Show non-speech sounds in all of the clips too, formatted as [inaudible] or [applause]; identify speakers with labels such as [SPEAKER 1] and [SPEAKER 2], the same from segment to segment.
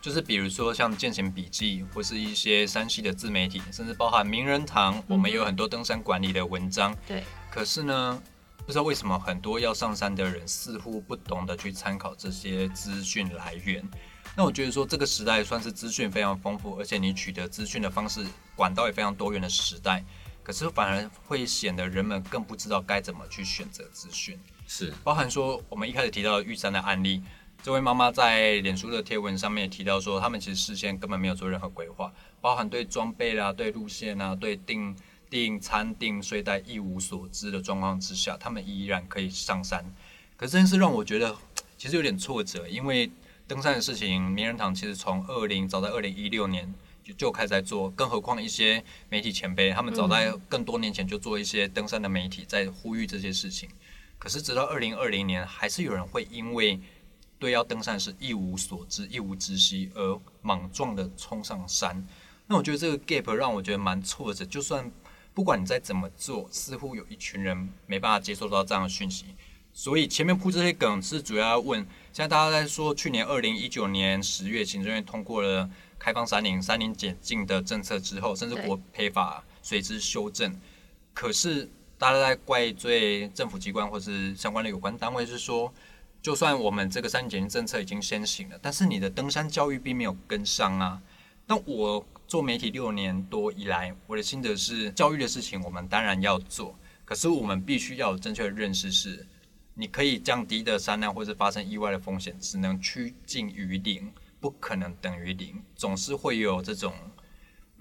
[SPEAKER 1] 就是比如说像健行笔记，或是一些山西的自媒体，甚至包含名人堂，我们也有很多登山管理的文章。
[SPEAKER 2] 对，
[SPEAKER 1] 可是呢，不知道为什么很多要上山的人似乎不懂得去参考这些资讯来源。那我觉得说这个时代算是资讯非常丰富，而且你取得资讯的方式管道也非常多元的时代，可是反而会显得人们更不知道该怎么去选择资讯。
[SPEAKER 3] 是
[SPEAKER 1] 包含说我们一开始提到的玉山的案例，这位妈妈在脸书的贴文上面也提到说，他们其实事先根本没有做任何规划，包含对装备啦、对路线啊、对订订餐、订睡袋一无所知的状况之下，他们依然可以上山。可是这件事让我觉得其实有点挫折，因为登山的事情，名人堂其实从二零早在二零一六年。就就开始在做，更何况一些媒体前辈，他们早在更多年前就做一些登山的媒体，在呼吁这些事情。可是直到二零二零年，还是有人会因为对要登山是一无所知、一无知悉而莽撞的冲上山。那我觉得这个 gap 让我觉得蛮挫折。就算不管你再怎么做，似乎有一群人没办法接受到这样的讯息。所以前面铺这些梗是主要要问，现在大家在说去年二零一九年十月，行政院通过了开放山林、山林解禁的政策之后，甚至
[SPEAKER 2] 对
[SPEAKER 1] 国赔法随之修正。可是大家在怪罪政府机关或是相关的有关单位，是说，就算我们这个山林检疫政策已经先行了，但是你的登山教育并没有跟上啊。那我做媒体六年多以来，我的心得是，教育的事情我们当然要做，可是我们必须要有正确的认识是。你可以降低的山难或是发生意外的风险，只能趋近于零，不可能等于零，总是会有这种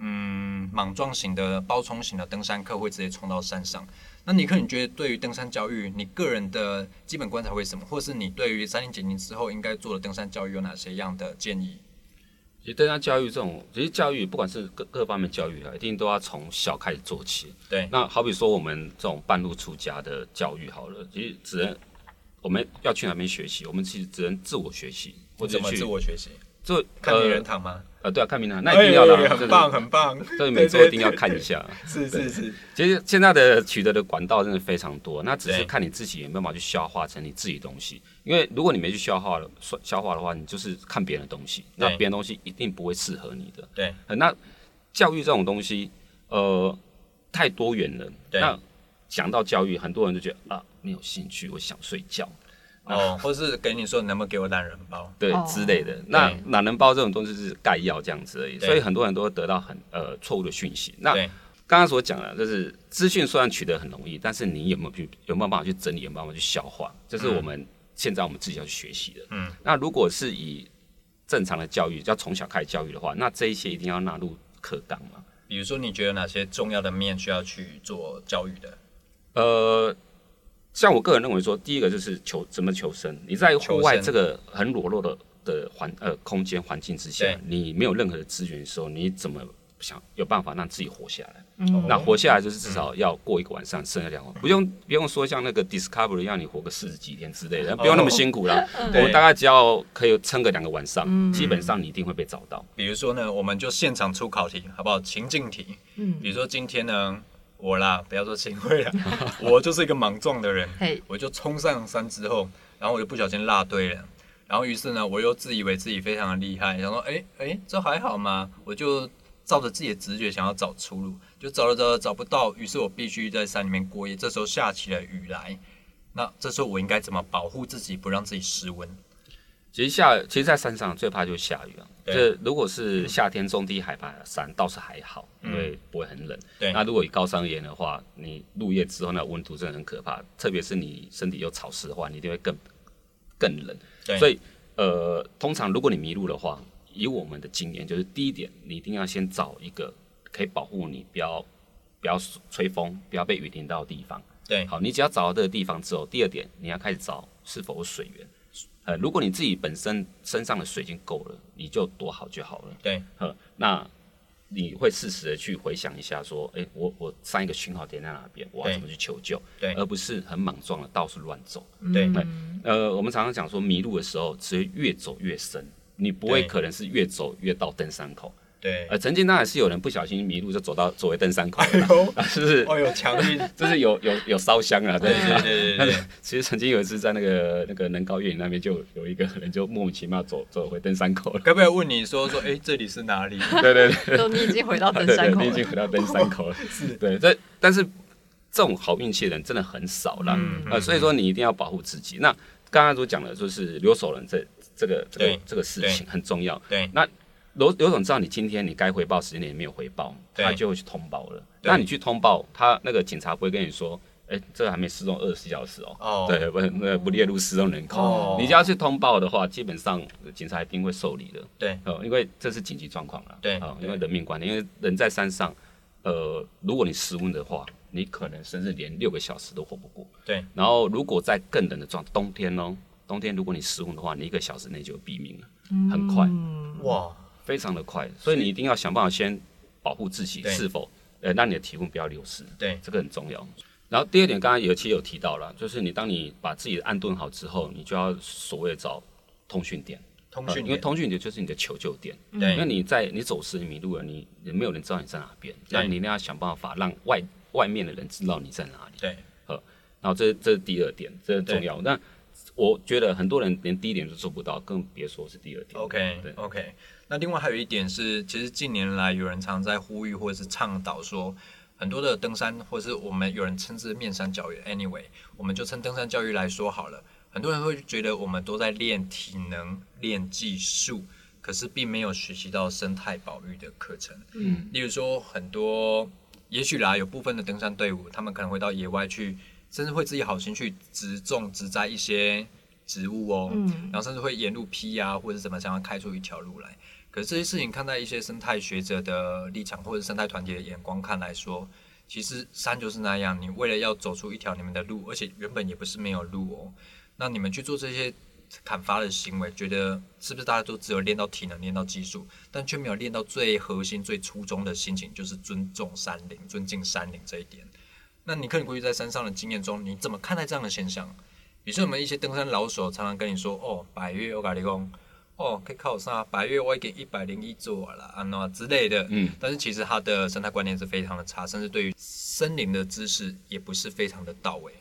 [SPEAKER 1] 嗯莽撞型的、包冲型的登山客会直接冲到山上。那尼克，你觉得对于登山教育，你个人的基本观察会是什么，或是你对于山林解禁之后应该做的登山教育有哪些样的建议？
[SPEAKER 3] 其实登山教育这种，其实教育不管是各各方面教育啊，一定都要从小开始做起。
[SPEAKER 1] 对
[SPEAKER 3] 那好比说我们这种半路出家的教育好了，其实只能我们要去哪边学习，我们其实只能自我学习，或者
[SPEAKER 1] 怎么
[SPEAKER 3] 去
[SPEAKER 1] 自我学习？
[SPEAKER 3] 这
[SPEAKER 1] 看名人
[SPEAKER 3] 呃
[SPEAKER 1] 堂吗？
[SPEAKER 3] 呃对啊，看名人，那一定要的啊，
[SPEAKER 1] 哎
[SPEAKER 3] 这
[SPEAKER 1] 很
[SPEAKER 3] 个
[SPEAKER 1] 棒，很棒，
[SPEAKER 3] [laughs] 这个每周一定要看一下。
[SPEAKER 1] [laughs] 是是是，
[SPEAKER 3] 其实现在的取得的管道真的非常多，那只是
[SPEAKER 1] 对
[SPEAKER 3] 看你自己有没有办法去消化成你自己的东西。因为如果你没去消化了，消消化的话，你就是看别人的东西，那
[SPEAKER 1] 对
[SPEAKER 3] 别人的东西一定不会适合你的。
[SPEAKER 1] 对
[SPEAKER 3] 呃那教育这种东西，呃，太多元了。
[SPEAKER 1] 对
[SPEAKER 3] 那讲到教育，很多人就觉得啊，没有兴趣，我想睡觉，啊
[SPEAKER 1] 哦，或是给你说，你能不能给我懒人包？
[SPEAKER 3] 对、
[SPEAKER 2] 哦
[SPEAKER 3] 之类的。那懒人包这种东西是概要这样子而已，
[SPEAKER 1] 对
[SPEAKER 3] 所以很多人都会得到很呃错误的讯息。那
[SPEAKER 1] 对
[SPEAKER 3] 刚刚所讲的，就是资讯虽然取得很容易，但是你有没有去有没有办法去整理，有没有办法去消化，这是我们现在我们自己要去学习的。
[SPEAKER 1] 嗯，
[SPEAKER 3] 那如果是以正常的教育，要从小开始教育的话，那这一些一定要纳入课纲嘛。
[SPEAKER 1] 比如说，你觉得哪些重要的面需要去做教育的？
[SPEAKER 3] 呃，像我个人认为说，第一个就是求怎么求生，你在户外
[SPEAKER 1] 求生
[SPEAKER 3] 这个很裸露的的环呃空间环境之下
[SPEAKER 1] 对，
[SPEAKER 3] 你没有任何的资源的时候，你怎么想有办法让自己活下来？
[SPEAKER 1] 哦
[SPEAKER 2] 嗯，
[SPEAKER 3] 那活下来就是至少要过一个晚上，剩下两晚，
[SPEAKER 1] 嗯
[SPEAKER 3] 不用不用说像那个 Discovery 让你活个四十几天之类的，不用那么辛苦啦。我
[SPEAKER 1] 哦嗯对嗯
[SPEAKER 3] 们大概只要可以撑个两个晚上，基本上你一定会被找到。
[SPEAKER 1] 比如说呢，我们就现场出考题，好不好？情境题。
[SPEAKER 2] 嗯
[SPEAKER 1] 比如说今天呢，我啦，不要说秦桧
[SPEAKER 3] [laughs]
[SPEAKER 1] 啦，我就是一个莽撞的人
[SPEAKER 2] 嘿，
[SPEAKER 1] 我就冲上山之后，然后我就不小心落队了。然后于是呢，我又自以为自己非常的厉害，然后哎哎，这还好吗？我就照着自己的直觉想要找出路，就找了找了找不到，于是我必须在山里面过夜。这时候下起了雨来，那这时候我应该怎么保护自己，不让自己失温？
[SPEAKER 3] 其实下，其实，在山上最怕就是下雨啊。
[SPEAKER 1] 对
[SPEAKER 3] 这如果是夏天中低海拔的山倒是还好，因为不会很冷。
[SPEAKER 1] 嗯对
[SPEAKER 3] 那如果以高山而言的话，你入夜之后那温度真的很可怕，特别是你身体又潮湿的话，你一定会更更冷。
[SPEAKER 1] 对
[SPEAKER 3] 所以呃，通常如果你迷路的话，以我们的经验，就是第一点，你一定要先找一个可以保护你不要不要吹风、不要被雨淋到的地方。
[SPEAKER 1] 对
[SPEAKER 3] 好，你只要找到这个地方之后，第二点，你要开始找是否有水源。呃，如果你自己本身身上的水已经够了，你就躲好就好了。
[SPEAKER 1] 对
[SPEAKER 3] 呵，那你会适时的去回想一下，说，哎、我我上一个讯号点在哪边，我要
[SPEAKER 1] 对
[SPEAKER 3] 怎么去求救，
[SPEAKER 1] 对
[SPEAKER 3] 而不是很莽撞的到处乱走。
[SPEAKER 1] 对
[SPEAKER 2] 嗯
[SPEAKER 3] 呃，我们常常讲说，迷路的时候只会越走越深，你不会
[SPEAKER 1] 对
[SPEAKER 3] 可能是越走越到登山口，
[SPEAKER 1] 对，
[SPEAKER 3] 呃，曾经当然是有人不小心迷路，就走到所谓登山口了
[SPEAKER 1] 哎 [laughs]
[SPEAKER 3] 啦，
[SPEAKER 1] 呦，
[SPEAKER 3] 啊就是
[SPEAKER 1] [laughs] 哦有强运，
[SPEAKER 3] 就是有有有烧香啊，
[SPEAKER 1] 对
[SPEAKER 3] [laughs]
[SPEAKER 1] 对
[SPEAKER 3] 对
[SPEAKER 1] 对对
[SPEAKER 3] 但
[SPEAKER 1] 对
[SPEAKER 3] 是，其实曾经有一次在那个那个能高越岭那边，就有一个人就莫名其妙走走回登山
[SPEAKER 1] [laughs]
[SPEAKER 3] 口了。
[SPEAKER 1] [laughs] 该不会问你说说，哎，这里是哪里？
[SPEAKER 3] 对 [laughs] 对对，
[SPEAKER 2] 都你已经回到登
[SPEAKER 3] 对
[SPEAKER 2] 山
[SPEAKER 3] 对，
[SPEAKER 2] 口
[SPEAKER 3] 你已
[SPEAKER 2] 了
[SPEAKER 3] 经。回到登山口了。
[SPEAKER 1] 是
[SPEAKER 3] 对，这但是这种好运气的人真的很少啦。
[SPEAKER 1] 嗯
[SPEAKER 3] 呃，所以说你一定要保护自己。那刚刚所讲的就是留守人这这个这
[SPEAKER 1] 对
[SPEAKER 3] 个这个事情很重要。
[SPEAKER 1] 对
[SPEAKER 3] 那刘刘总知道你今天你该回报时间点没有回报，
[SPEAKER 1] 对
[SPEAKER 3] 他就会去通报了。
[SPEAKER 1] 对
[SPEAKER 3] 那你去通报，他那个警察不会跟你说，哎、这个还没失踪二十四小时哦。
[SPEAKER 1] 哦，
[SPEAKER 3] 对，不那不列入失踪人口。
[SPEAKER 1] 哦
[SPEAKER 3] 你只要去通报的话，基本上警察一定会受理的。
[SPEAKER 1] 对
[SPEAKER 3] 哦，因为这是紧急状况了。
[SPEAKER 1] 对
[SPEAKER 3] 哦，
[SPEAKER 1] 对
[SPEAKER 3] 因为人命关天，因为人在山上，呃，如果你失温的话，你可能甚至连六个小时都活不过。
[SPEAKER 1] 对，
[SPEAKER 3] 然后如果在更冷的状，冬天哦，冬天如果你失温的话，你一个小时内就毙命了，
[SPEAKER 2] 嗯
[SPEAKER 3] 很快，
[SPEAKER 1] 嗯哇，
[SPEAKER 3] 非常的快。所以你一定要想办法先保护自己，
[SPEAKER 1] 对
[SPEAKER 3] 是否呃让你的体温不要流失。
[SPEAKER 1] 对
[SPEAKER 3] 这个很重要。然后第二点，刚刚有其实有提到了，就是你当你把自己安顿好之后，你就要所谓的找通讯点，
[SPEAKER 1] 通
[SPEAKER 3] 呃
[SPEAKER 1] 讯
[SPEAKER 3] 因为
[SPEAKER 1] 点，
[SPEAKER 3] 通讯点就是你的求救点。因为
[SPEAKER 1] 对
[SPEAKER 3] 你在你走失迷路了，你你没有人知道你在哪边，
[SPEAKER 1] 对
[SPEAKER 3] 那你一定要想办法让外外面的人知道你在哪里。
[SPEAKER 1] 对
[SPEAKER 3] 然后这这是第二点，这很重要。那我觉得很多人连第一点都做不到，更别说是第二点。
[SPEAKER 1] ，OK
[SPEAKER 3] 对
[SPEAKER 1] OK。那另外还有一点是，其实近年来有人常在呼吁或者是倡导说，很多的登山，或是我们有人称之面山教育，anyway，我们就称登山教育来说好了。很多人会觉得我们都在练体能、练技术，可是并没有学习到生态保育的课程。
[SPEAKER 3] 嗯，
[SPEAKER 1] 例如说很多，也许啦，有部分的登山队伍，他们可能会到野外去，甚至会自己好心去植种、植栽一些植物哦，
[SPEAKER 2] 嗯
[SPEAKER 1] 然后甚至会沿路劈啊，或者是怎么想要开出一条路来。可是这些事情，看在一些生态学者的立场或者生态团体的眼光看来说，其实山就是那样，你为了要走出一条你们的路，而且原本也不是没有路哦，那你们去做这些砍伐的行为，觉得是不是大家都只有练到体能、练到技术，但却没有练到最核心、最初衷的心情，就是尊重山林、尊敬山林这一点？那你可能过去在山上的经验中，你怎么看待这样的现象？比如说，我们一些登山老手常常跟你说：“哦，百越我跟你讲，哦，可以靠啥？百越我已经一百零一座了，啊那之类的。”
[SPEAKER 3] 嗯，
[SPEAKER 1] 但是其实它的生态观念是非常的差，甚至对于森林的知识也不是非常的到位。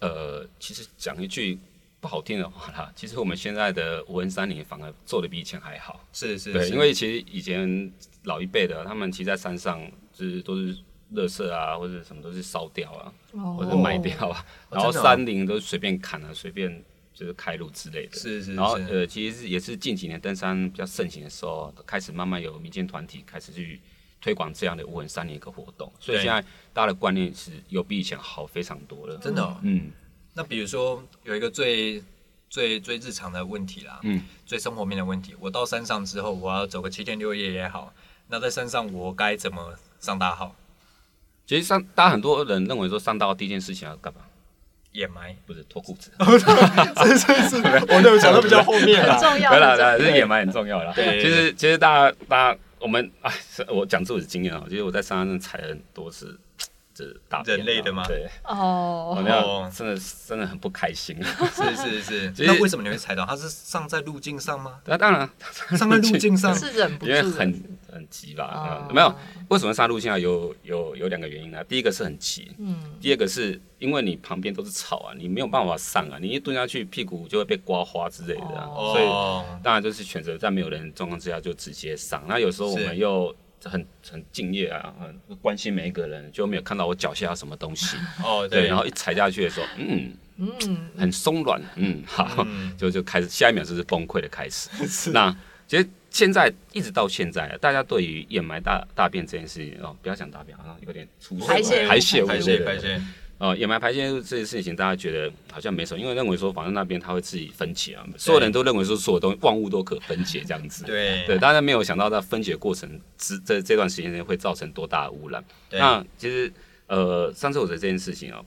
[SPEAKER 3] 呃，其实讲一句不好听的话啦，其实我们现在的无人山林反而做的比以前还好。
[SPEAKER 1] 是是，
[SPEAKER 3] 对，
[SPEAKER 1] 是
[SPEAKER 3] 因为其实以前老一辈的，他们其实在山上就是都是垃圾啊，或者什么都是烧掉啊，或者卖掉啊，
[SPEAKER 1] 哦
[SPEAKER 3] 然后
[SPEAKER 1] 真的哦
[SPEAKER 3] 山林都随便砍啊，随便就是开路之类的。
[SPEAKER 1] 是是
[SPEAKER 3] 然后
[SPEAKER 1] 是
[SPEAKER 3] 呃，其实是也是近几年登山比较盛行的时候，开始慢慢有民间团体开始去推广这样的无人山林一个活动，所以
[SPEAKER 1] 对
[SPEAKER 3] 现在大家的观念是有比以前好非常多了。
[SPEAKER 1] 真的、哦。
[SPEAKER 3] 嗯，
[SPEAKER 1] 那比如说有一个最最最日常的问题啦，
[SPEAKER 3] 嗯，
[SPEAKER 1] 最生活面的问题，我到山上之后，我要走个七天六夜也好，那在山上我该怎么上大号？
[SPEAKER 3] 其实上大家很多人认为说上道第一件事情要干嘛？
[SPEAKER 1] 掩 [laughs] 埋？
[SPEAKER 3] 不是脱裤子，
[SPEAKER 1] 是是是，我都有想到比较后面
[SPEAKER 2] 很重要，
[SPEAKER 3] 对啦，
[SPEAKER 2] 很重
[SPEAKER 3] 对
[SPEAKER 2] 要
[SPEAKER 3] 啦，这也蛮很重要的啦。
[SPEAKER 1] 对
[SPEAKER 3] 其实其实大家大家我们啊，是我讲自己的经验啊，其实我在山上踩了很多次这大便啊
[SPEAKER 1] 人类的吗
[SPEAKER 3] 对，我
[SPEAKER 2] 哦，
[SPEAKER 3] 那样真的真的很不开心。啊
[SPEAKER 1] 是 [laughs] 是是。
[SPEAKER 3] 其实
[SPEAKER 1] 那为什么你会踩到？它是上在路径上吗？
[SPEAKER 3] [laughs] 那当然，
[SPEAKER 1] 上在路径上？
[SPEAKER 2] 是忍不
[SPEAKER 3] [laughs] 因为
[SPEAKER 2] 住的，
[SPEAKER 3] 很很急吧
[SPEAKER 2] 哦，
[SPEAKER 3] 嗯没有。为什么杀路线啊？有有有两个原因啊，第一个是很急，
[SPEAKER 2] 嗯，
[SPEAKER 3] 第二个是因为你旁边都是草啊，你没有办法上啊，你一蹲下去屁股就会被刮花之类的啊、
[SPEAKER 2] 哦
[SPEAKER 3] 所以
[SPEAKER 1] 哦，
[SPEAKER 3] 当然就是选择在没有人的状况之下就直接上。那有时候我
[SPEAKER 1] 是
[SPEAKER 3] 们又很很敬业啊，很关心每一个人，就没有看到我脚下有什么东西。
[SPEAKER 1] 哦
[SPEAKER 3] 对，
[SPEAKER 1] 对，
[SPEAKER 3] 然后一踩下去的时候，嗯嗯，很松软，嗯，好，
[SPEAKER 1] 嗯
[SPEAKER 3] [laughs] 就就开始下一秒就是崩溃的开始。那其实现在一直到现在，啊大家对于掩埋大大便这件事情哦，不要讲大便，好像有点粗俗
[SPEAKER 2] 排泄物
[SPEAKER 3] 排泄物
[SPEAKER 1] 排
[SPEAKER 3] 对
[SPEAKER 1] 泄
[SPEAKER 3] 对对
[SPEAKER 1] 排泄，
[SPEAKER 3] 呃，掩埋排泄物这件事情，大家觉得好像没什么，因为认为说反正那边它会自己分解啊，所有人都认为说所有东西万物都可分解这样子。
[SPEAKER 1] 对
[SPEAKER 3] 对，大家没有想到在分解过程之这这段时间内会造成多大的污染。
[SPEAKER 1] 对
[SPEAKER 3] 那其实呃，上次我的这件事情哦，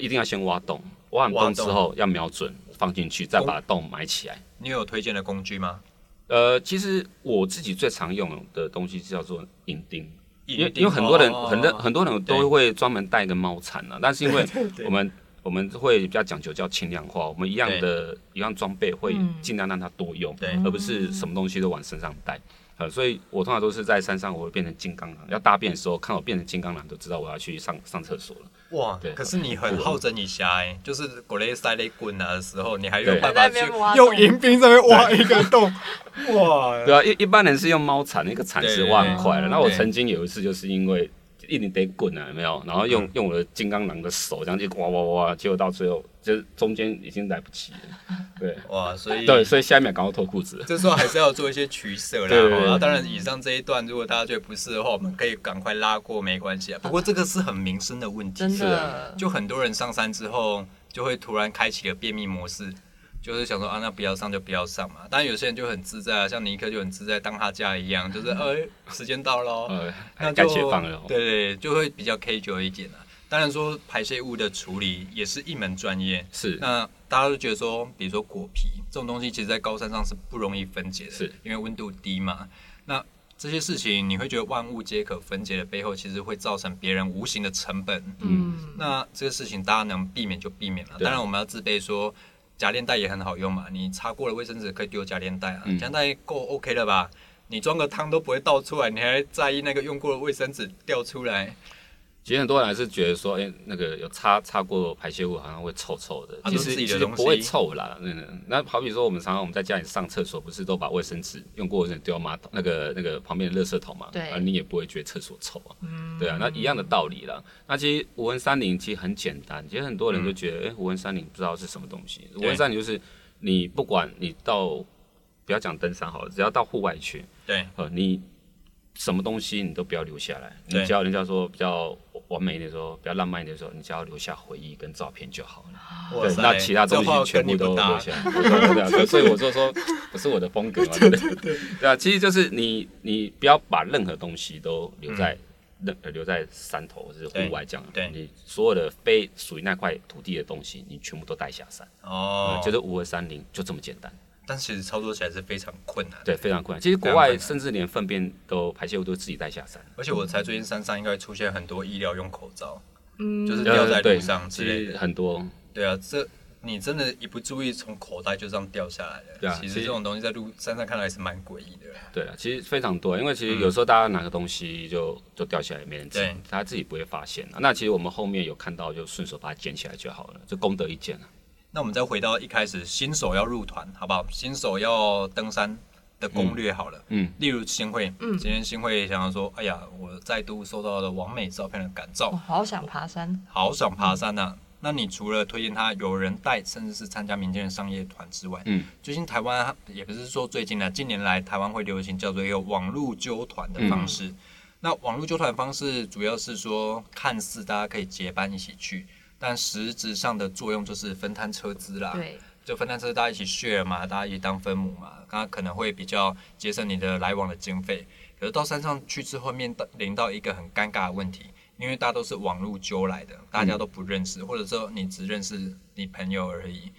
[SPEAKER 3] 一定要先挖洞，挖完
[SPEAKER 1] 挖
[SPEAKER 3] 洞之
[SPEAKER 1] 洞哦
[SPEAKER 3] 后要瞄准放进去，再把洞埋起来。
[SPEAKER 1] 你有推荐的工具吗？
[SPEAKER 3] 呃，其实我自己最常用的东西叫做银钉，因为
[SPEAKER 1] 一定
[SPEAKER 3] 因为很多人
[SPEAKER 1] 哦
[SPEAKER 3] 很多很多人都会专门带一个猫铲啊，但是
[SPEAKER 1] [laughs]
[SPEAKER 3] 因为我们我们会比较讲究叫轻量化，我们一样的一样装备会
[SPEAKER 2] 嗯
[SPEAKER 3] 尽量让它多用
[SPEAKER 1] 对，
[SPEAKER 3] 而不是什么东西都往身上带。呃，所以我通常都是在山上，我会变成金刚狼。要大便的时候，看我变成金刚狼，都知道我要去上上厕所了。
[SPEAKER 1] 哇
[SPEAKER 3] 对！
[SPEAKER 1] 可是你很好整以暇哎、就是国内塞雷滚啊的时候，你还有
[SPEAKER 3] 对
[SPEAKER 1] 办法
[SPEAKER 2] 在那边
[SPEAKER 1] 去
[SPEAKER 2] 挖洞
[SPEAKER 1] 用迎宾在那边挖一个
[SPEAKER 3] [laughs]
[SPEAKER 1] 洞，哇！
[SPEAKER 3] 对啊，一一般人是用猫铲，那个铲
[SPEAKER 1] 对
[SPEAKER 3] 十万块了。
[SPEAKER 2] 对
[SPEAKER 3] 那我
[SPEAKER 1] 对
[SPEAKER 3] 曾经有一次，就是因为一定得滚啊，有没有？然后用、
[SPEAKER 1] 嗯
[SPEAKER 3] 用我的金刚狼的手这样一直哇哇哇哇，结果到最后就是中间已经来不及了。
[SPEAKER 1] [laughs]
[SPEAKER 3] 对
[SPEAKER 1] 哇，所以
[SPEAKER 3] 对，所以下一秒赶快脱裤子。
[SPEAKER 1] 这时候还是要做一些取舍啦。
[SPEAKER 3] 对对对
[SPEAKER 1] 哦那当然，以上这一段如果大家觉得不是的话，我们可以赶快拉过，没关系啊。不过这个是很民生的问题，
[SPEAKER 2] 真
[SPEAKER 3] 是
[SPEAKER 2] 的
[SPEAKER 3] 啊，
[SPEAKER 1] 就很多人上山之后就会突然开启了便秘模式，就是想说啊，那不要上就不要上嘛。当然有些人就很自在啊，像尼克就很自在，当他家一样，
[SPEAKER 2] 嗯
[SPEAKER 1] 就是呃、时间到喽，
[SPEAKER 3] 呃，
[SPEAKER 1] 那
[SPEAKER 3] 还
[SPEAKER 1] 就
[SPEAKER 3] 该解放了哦。
[SPEAKER 1] 对对，就会比较 K 久一点啊。当然说排泄物的处理也是一门专业，
[SPEAKER 3] 是
[SPEAKER 1] 那大家都觉得说，比如说果皮这种东西，其实在高山上是不容易分解的，
[SPEAKER 3] 是
[SPEAKER 1] 因为温度低嘛。那这些事情，你会觉得万物皆可分解的背后，其实会造成别人无形的成本。
[SPEAKER 2] 嗯，
[SPEAKER 1] 那这个事情大家能避免就避免了。
[SPEAKER 3] 对啊
[SPEAKER 1] 当然，我们要自备说夹链袋也很好用嘛，你擦过了卫生纸可以丢夹链袋啊，
[SPEAKER 3] 嗯
[SPEAKER 1] 夹链袋够 OK 了吧？你装个汤都不会倒出来，你还在意那个用过的卫生纸掉出来？
[SPEAKER 3] 其实很多人还是觉得说，哎、那个有擦擦过排泄物好像会臭臭的，
[SPEAKER 1] 啊
[SPEAKER 3] 其
[SPEAKER 1] 都是
[SPEAKER 3] 实
[SPEAKER 1] 自己
[SPEAKER 3] 其
[SPEAKER 1] 的
[SPEAKER 3] 实
[SPEAKER 1] 东西
[SPEAKER 3] 不会臭啦。那那好比说，我们常常我们在家里上厕所，不是都把卫生纸用过的卫生纸丢到马桶那个那个旁边的垃圾桶嘛？
[SPEAKER 2] 对嗯
[SPEAKER 3] 啊，你也不会觉得厕所臭啊。对啊，那一样的道理啦。那其实无痕山林其实很简单，其实很多人都
[SPEAKER 1] 嗯
[SPEAKER 3] 觉得，哎、无痕山林不知道是什么东西。无痕山林就是你不管你到不要讲登山好了，只要到户外去，
[SPEAKER 1] 对，
[SPEAKER 3] 呃，你什么东西你都不要留下来，你
[SPEAKER 1] 对
[SPEAKER 3] 只要人家说比较完美一点说，比较浪漫一点说，你只要留下回忆跟照片就好了。
[SPEAKER 1] 哇
[SPEAKER 3] 对，
[SPEAKER 1] 塞，
[SPEAKER 3] 那其他东
[SPEAKER 1] 这话
[SPEAKER 3] 西全
[SPEAKER 1] 跟你
[SPEAKER 3] 部
[SPEAKER 1] 不
[SPEAKER 3] 都留
[SPEAKER 1] 搭
[SPEAKER 3] 下来。对对对啊，所以所以我就说不是我的风格
[SPEAKER 1] [laughs]
[SPEAKER 3] 嘛，对对对。 [laughs] 对啊，其实就是你你不要把任何东西都留在。任呃留在山头或是户外这样，
[SPEAKER 1] 嗯对对
[SPEAKER 3] 你所有的非属于那块土地的东西，你全部都带下山，
[SPEAKER 1] 哦
[SPEAKER 3] 呃，就是五二三零，就这么简单。
[SPEAKER 1] 但其实操作起来是非常困难的。
[SPEAKER 3] 对，非常困难。其实
[SPEAKER 1] 非
[SPEAKER 3] 国
[SPEAKER 1] 常困
[SPEAKER 3] 外
[SPEAKER 1] 难
[SPEAKER 3] 甚至连粪便都排泄物都自己带下山。
[SPEAKER 1] 而且我猜最近山上应该会出现很多医疗用口罩，
[SPEAKER 2] 嗯
[SPEAKER 1] 就是掉在
[SPEAKER 3] 呃，对，
[SPEAKER 1] 路上之
[SPEAKER 3] 其
[SPEAKER 1] 类的。
[SPEAKER 3] 实很多，
[SPEAKER 1] 对啊，这你真的，一不注意从口袋就这样掉下来了。
[SPEAKER 3] 对啊
[SPEAKER 1] 其
[SPEAKER 3] 其
[SPEAKER 1] 实
[SPEAKER 3] 实
[SPEAKER 1] 这种东西在路山上看来是蛮诡异的。
[SPEAKER 3] 对啊，其实非常多。因为其实有时候大家拿个东西就就掉下来，没人知
[SPEAKER 1] 嗯对，
[SPEAKER 3] 他自己不会发现啊。那其实我们后面有看到，就顺手把它捡起来就好了，就功德一件啊。
[SPEAKER 1] 那我们再回到一开始，新手要入团，好不好？新手要登山的攻略好了。
[SPEAKER 3] 嗯，
[SPEAKER 1] 例如新会，
[SPEAKER 2] 嗯
[SPEAKER 1] 今天新会想要说，哎呀，我再度受到了完美照片的感召
[SPEAKER 2] 我，好想爬山，
[SPEAKER 1] 好想爬山呐、啊那你除了推荐他有人带，甚至是参加民间的商业团之外，
[SPEAKER 3] 嗯，
[SPEAKER 1] 最近台湾也不是说最近啊，近年来台湾会流行叫做一个网络纠团的方式。那网络纠团方式主要是说，看似大家可以结伴一起去，但实质上的作用就是分摊车资啦。
[SPEAKER 2] 对，
[SPEAKER 1] 就分担车大家一起 share 嘛，大家一起当分母嘛，那可能会比较节省你的来往的经费。可是到山上去之后，面到临到一个很尴尬的问题，因为大家都是网络揪来的，大家都不认识，或者说你只认识你朋友而已。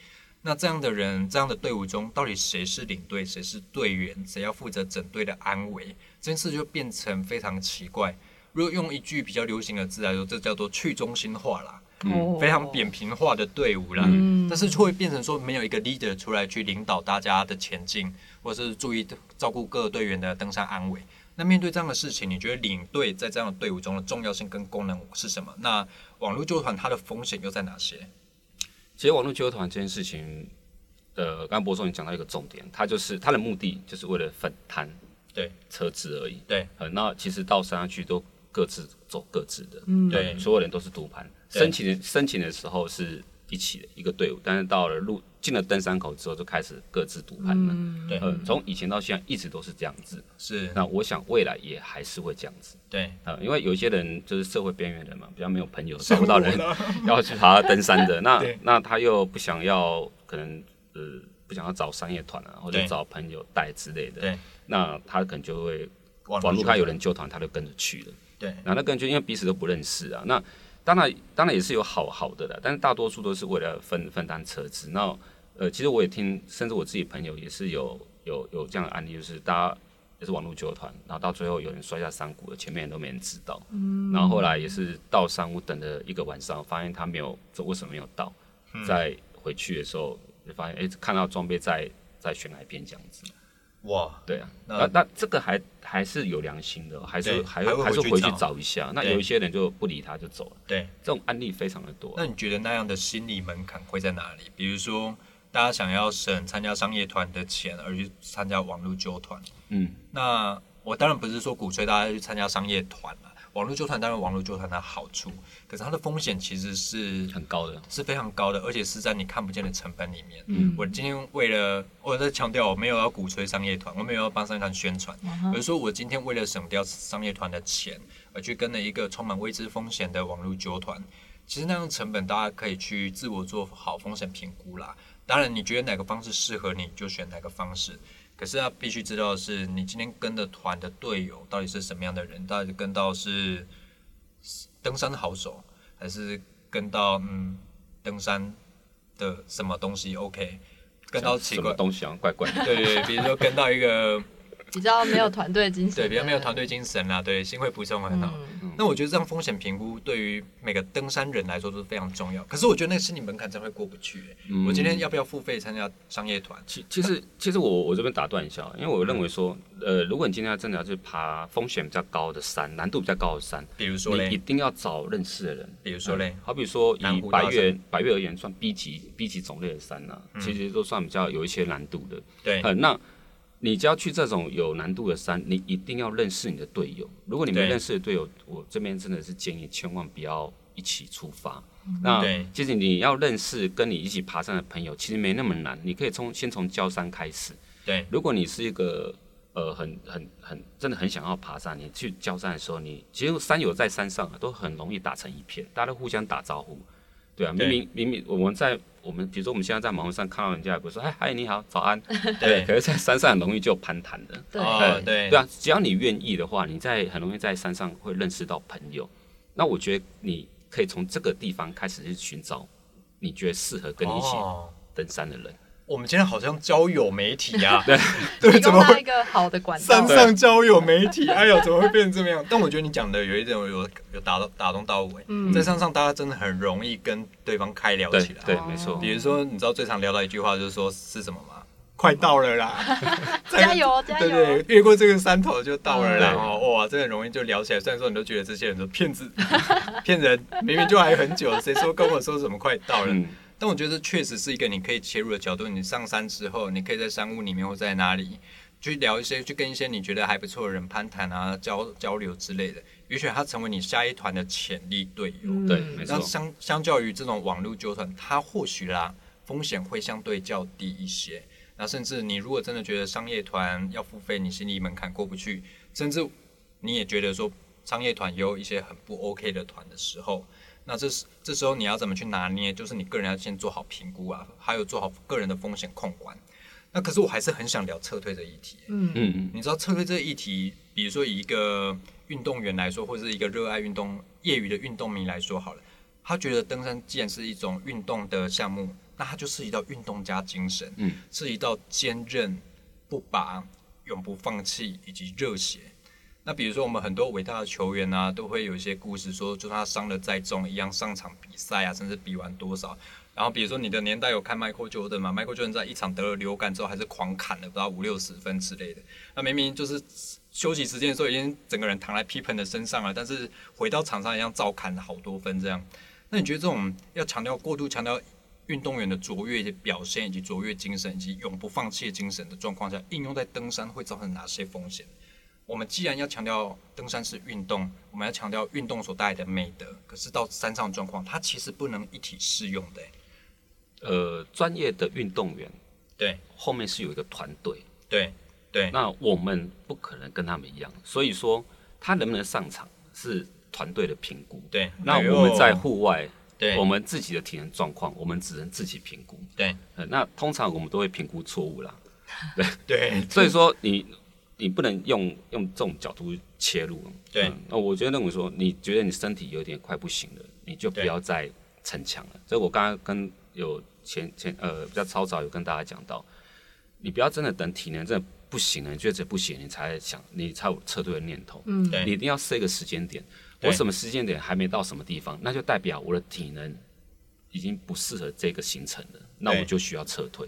[SPEAKER 1] 那这样的人，这样的队伍中，到底谁是领队，谁是队员，谁要负责整队的安危？这件事就变成非常奇怪。如果用一句比较流行的字来说，这叫做去中心化啦。
[SPEAKER 2] 哦
[SPEAKER 1] 非常扁，平化的队伍啦，
[SPEAKER 2] 嗯
[SPEAKER 1] 但是就会变成说没有一个 leader 出来去领导大家的前进，或是注意照顾各队员的登山安危。那面对这样的事情，你觉得领队在这样的队伍中的重要性跟功能是什么？那网络纠团它的风险又在哪些？
[SPEAKER 3] 其实网络纠团这件事情，呃，刚刚博总你讲到一个重点，它就是它的目的就是为了分摊
[SPEAKER 1] 对
[SPEAKER 3] 车资而已。
[SPEAKER 1] 对
[SPEAKER 3] 呃，那其实到山上去都各自走各自的，
[SPEAKER 2] 嗯
[SPEAKER 1] 对
[SPEAKER 3] 所有人都是独盘。
[SPEAKER 1] 对
[SPEAKER 3] 申请的申请的时候是一起的一个队伍，但是到了路进了登山口之后，就开始各自独盘了。
[SPEAKER 2] 嗯
[SPEAKER 1] 对
[SPEAKER 3] 呃，从以前到现在一直都是这样子，
[SPEAKER 1] 是，
[SPEAKER 3] 那我想未来也还是会这样子。
[SPEAKER 1] 对
[SPEAKER 3] 呃，因为有一些人就是社会边缘人嘛，比较没有朋友，找不
[SPEAKER 1] [laughs]
[SPEAKER 3] 到人 [laughs] 要去爬登
[SPEAKER 2] [laughs]
[SPEAKER 3] 山的，那
[SPEAKER 1] 对
[SPEAKER 3] 那他又不想要，可能呃不想要找商业团啊，或者
[SPEAKER 1] 对
[SPEAKER 3] 找朋友带之类的，
[SPEAKER 1] 对，
[SPEAKER 3] 那他可能就会
[SPEAKER 1] 网
[SPEAKER 3] 网络嗯
[SPEAKER 1] 它
[SPEAKER 3] 看有人揪团，他就跟着去了。
[SPEAKER 1] 对
[SPEAKER 3] 然后那个人就因为彼此都不认识啊，那当然当然也是有好好的啦，但是大多数都是为了分分担车资。那呃，其实我也听，甚至我自己朋友也是有有有这样的案例，就是大家也是网络纠团，然后到最后有人摔下山谷了，前面人都没人知道。嗯。然后后来也是到山屋等了一个晚上，发现他没有，这为什么没有到？嗯再回去的时候，就发现哎、看到装备在在悬崖边这样子。
[SPEAKER 1] 哇，
[SPEAKER 3] 对啊，
[SPEAKER 1] 那
[SPEAKER 3] 那那这个还还是有良心的哦，还是
[SPEAKER 1] 对
[SPEAKER 3] 还
[SPEAKER 1] 还
[SPEAKER 3] 会
[SPEAKER 1] 会
[SPEAKER 3] 还是
[SPEAKER 1] 回去
[SPEAKER 3] 回去
[SPEAKER 1] 找
[SPEAKER 3] 找一下。那
[SPEAKER 1] 对
[SPEAKER 3] 有一些人就不理他就走了，
[SPEAKER 1] 对。
[SPEAKER 3] 这种案例非常的多。
[SPEAKER 1] 那你觉得那样的心理门槛会在哪里？比如说，大家想要省参加商业团的钱，而去参加网络纠团。
[SPEAKER 3] 嗯，
[SPEAKER 1] 那我当然不是说鼓吹大家去参加商业团了。网络纠团当然有网络纠团的好处，可是它的风险其实是
[SPEAKER 3] 很高的，
[SPEAKER 1] 是非常高的，而且是在你看不见的成本里面。
[SPEAKER 2] 嗯
[SPEAKER 1] 我今天为了我在强调，我没有要鼓吹商业团，我没有要帮商业团宣传，
[SPEAKER 2] 嗯
[SPEAKER 1] 而是说我今天为了省掉商业团的钱，而去跟了一个充满未知风险的网络纠团。其实那样成本大家可以去自我做好风险评估啦。当然，你觉得哪个方式适合你，就选哪个方式。可是要必须知道的是，你今天跟的团的队友到底是什么样的人，到底跟到是登山好手，还是跟到嗯登山的什么东西？OK，跟到奇
[SPEAKER 3] 什么
[SPEAKER 1] 怪，
[SPEAKER 3] 东西啊，怪怪
[SPEAKER 1] [laughs]
[SPEAKER 3] 的。
[SPEAKER 1] 对对，对比如说跟到一个
[SPEAKER 2] 比较没有团队 [laughs] 精神，
[SPEAKER 1] 对比较没有团，队精神啦，对，心会不重很好。
[SPEAKER 2] 嗯，
[SPEAKER 1] 那我觉得这样风险评估对于每个登山人来说都是非常重要。可是我觉得那个心理门槛真会过不去、欸
[SPEAKER 3] 嗯
[SPEAKER 1] 我今天要不要付费参加商业团？
[SPEAKER 3] 其其实其实我我这边打断一下，因为我认为说，
[SPEAKER 1] 嗯
[SPEAKER 3] 呃，如果你今天要真的要去爬风险比较高的山，难度比较高的山，
[SPEAKER 1] 比如说
[SPEAKER 3] 你一
[SPEAKER 1] 嘞，
[SPEAKER 3] 定要找认识的人。
[SPEAKER 1] 比如说嘞
[SPEAKER 3] 嗯，好比说
[SPEAKER 1] 南
[SPEAKER 3] 以
[SPEAKER 1] 湖大嗯
[SPEAKER 3] 百越百越而言，算 B 级 B 级种类的山呐、其实都算比较有一些难度的。
[SPEAKER 1] 对，
[SPEAKER 3] 呃，那你只要去这种有难度的山，你一定要认识你的队友。如果你没
[SPEAKER 1] 对
[SPEAKER 3] 认识的队友，我这边真的是建议千万不要一起出发。那
[SPEAKER 1] 嗯对
[SPEAKER 3] 其实你要认识跟你一起爬山的朋友，其实没那么难。你可以从先从焦山开始。 [laughs]
[SPEAKER 1] 对，
[SPEAKER 3] 如果你是一个呃很很很真的很想要爬山，你去焦山的时候，你其实山友在山上啊都很容易打成一片，大家都互相打招呼，对啊，明
[SPEAKER 1] 对
[SPEAKER 3] 明明明我们在我们比如说我们现在在马路上看到人家也不会说哎嗨你好早安，
[SPEAKER 1] 对
[SPEAKER 3] 可是在山上很容易就有攀谈的，
[SPEAKER 2] 对，
[SPEAKER 1] 哦对
[SPEAKER 3] 对啊，只要你愿意的话，你在很容易在山上会认识到朋友。那我觉得你可以从这个地方开始去寻找你觉得适合跟你一起
[SPEAKER 1] 哦
[SPEAKER 3] 登山的人。
[SPEAKER 1] 我们今天好像交友媒体呀、啊，
[SPEAKER 2] 提
[SPEAKER 1] [laughs] 对，怎
[SPEAKER 2] 供
[SPEAKER 1] 么
[SPEAKER 2] 他
[SPEAKER 1] 会
[SPEAKER 2] 一个好的管道
[SPEAKER 1] 山，上交友媒体？哎呦，怎么会变成这么样？但我觉得你讲的有一点有有打动打动到我、欸，
[SPEAKER 2] 嗯
[SPEAKER 1] 在山上大家真的很容易跟对方开聊
[SPEAKER 3] 对
[SPEAKER 1] 起来，
[SPEAKER 3] 对
[SPEAKER 2] 哦，
[SPEAKER 3] 没错
[SPEAKER 1] 比。如说，你知道最常聊到一句话就是说是什么吗？快到了啦，在
[SPEAKER 2] 加油哦加
[SPEAKER 1] 对
[SPEAKER 2] 油
[SPEAKER 1] 对，，越过这个山头就到了啦。
[SPEAKER 3] 嗯
[SPEAKER 1] 哦，哇，真的容易就聊起来。虽然说你都觉得这些人都骗子、 [laughs] 骗人，明明就还很久，谁说跟我说什么快到了？
[SPEAKER 3] 嗯，
[SPEAKER 1] 但我觉得这确实是一个你可以切入的角度。你上山之后，你可以在山屋里面或在哪里去聊一些，去跟一些你觉得还不错的人攀谈啊、交交流之类的，也许他成为你下一团的潜力队友。
[SPEAKER 2] 嗯
[SPEAKER 3] 对，没
[SPEAKER 1] 那
[SPEAKER 3] 错。
[SPEAKER 1] 相相较于这种网络纠团，它或许啦风险会相对较低一些。那甚至你如果真的觉得商业团要付费，你心理门槛过不去，甚至你也觉得说商业团也有一些很不 OK 的团的时候，那这时这时候你要怎么去拿捏？就是你个人要先做好评估啊，还有做好个人的风险控管。那可是我还是很想聊撤退这一题、
[SPEAKER 2] 嗯
[SPEAKER 3] 嗯嗯，
[SPEAKER 1] 你知道撤退这个议题，比如说以一个运动员来说，或是一个热爱运动、业余的运动迷来说好了，他觉得登山既然是一种运动的项目，那它就涉及到运动家精神，
[SPEAKER 3] 嗯，
[SPEAKER 1] 涉及到坚韧、不拔、永不放弃以及热血。那比如说，我们很多伟大的球员啊，都会有一些故事说，就算他伤得再重，一样上场比赛啊，甚至比完多少。然后比如说你的年代有看 Michael Jordan 嘛？Michael Jordan 在一场得了流感之后，还是狂砍了不到五六十分之类的。那明明就是休息时间的时候，已经整个人躺在 p i p e n 的身上了，但是回到场上一样照砍了好多分这样。那你觉得这种要强调过度强调运动员的卓越表现，以及卓越精神，以及永不放弃的精神的状况下，应用在登山会造成哪些风险？我们既然要强调登山是运动，我们要强调运动所带来的美德，可是到山上的状况，它其实不能一体适用的欸、
[SPEAKER 3] 呃，专业的运动员
[SPEAKER 1] 对
[SPEAKER 3] 后面是有一个团队，
[SPEAKER 1] 对对，
[SPEAKER 3] 那我们不可能跟他们一样，所以说他能不能上场是团队的评估。
[SPEAKER 1] 对，
[SPEAKER 3] 那
[SPEAKER 1] 哎呦
[SPEAKER 3] 我们在户外，
[SPEAKER 1] 对
[SPEAKER 3] 我们自己的体能状况，我们只能自己评估。
[SPEAKER 1] 对
[SPEAKER 3] 呃，那通常我们都会评估错误啦，
[SPEAKER 1] 对
[SPEAKER 3] 所以说你你不能用用这种角度切入。
[SPEAKER 1] 对
[SPEAKER 3] 嗯那、我觉得认为说，你觉得你身体有点快不行了，你就不
[SPEAKER 1] 对
[SPEAKER 3] 要再逞强了。所以我刚刚跟有前前呃比较超早有跟大家讲到，你不要真的等体能真的不行了，你觉得这不行，你才想你才有撤退的念头。
[SPEAKER 2] 嗯
[SPEAKER 1] 对
[SPEAKER 3] 你一定要设一个时间点，
[SPEAKER 1] 对
[SPEAKER 3] 我什么时间点还没到什么地方，那就代表我的体能已经不适合这个行程了，那
[SPEAKER 1] 对
[SPEAKER 3] 我就需要撤退。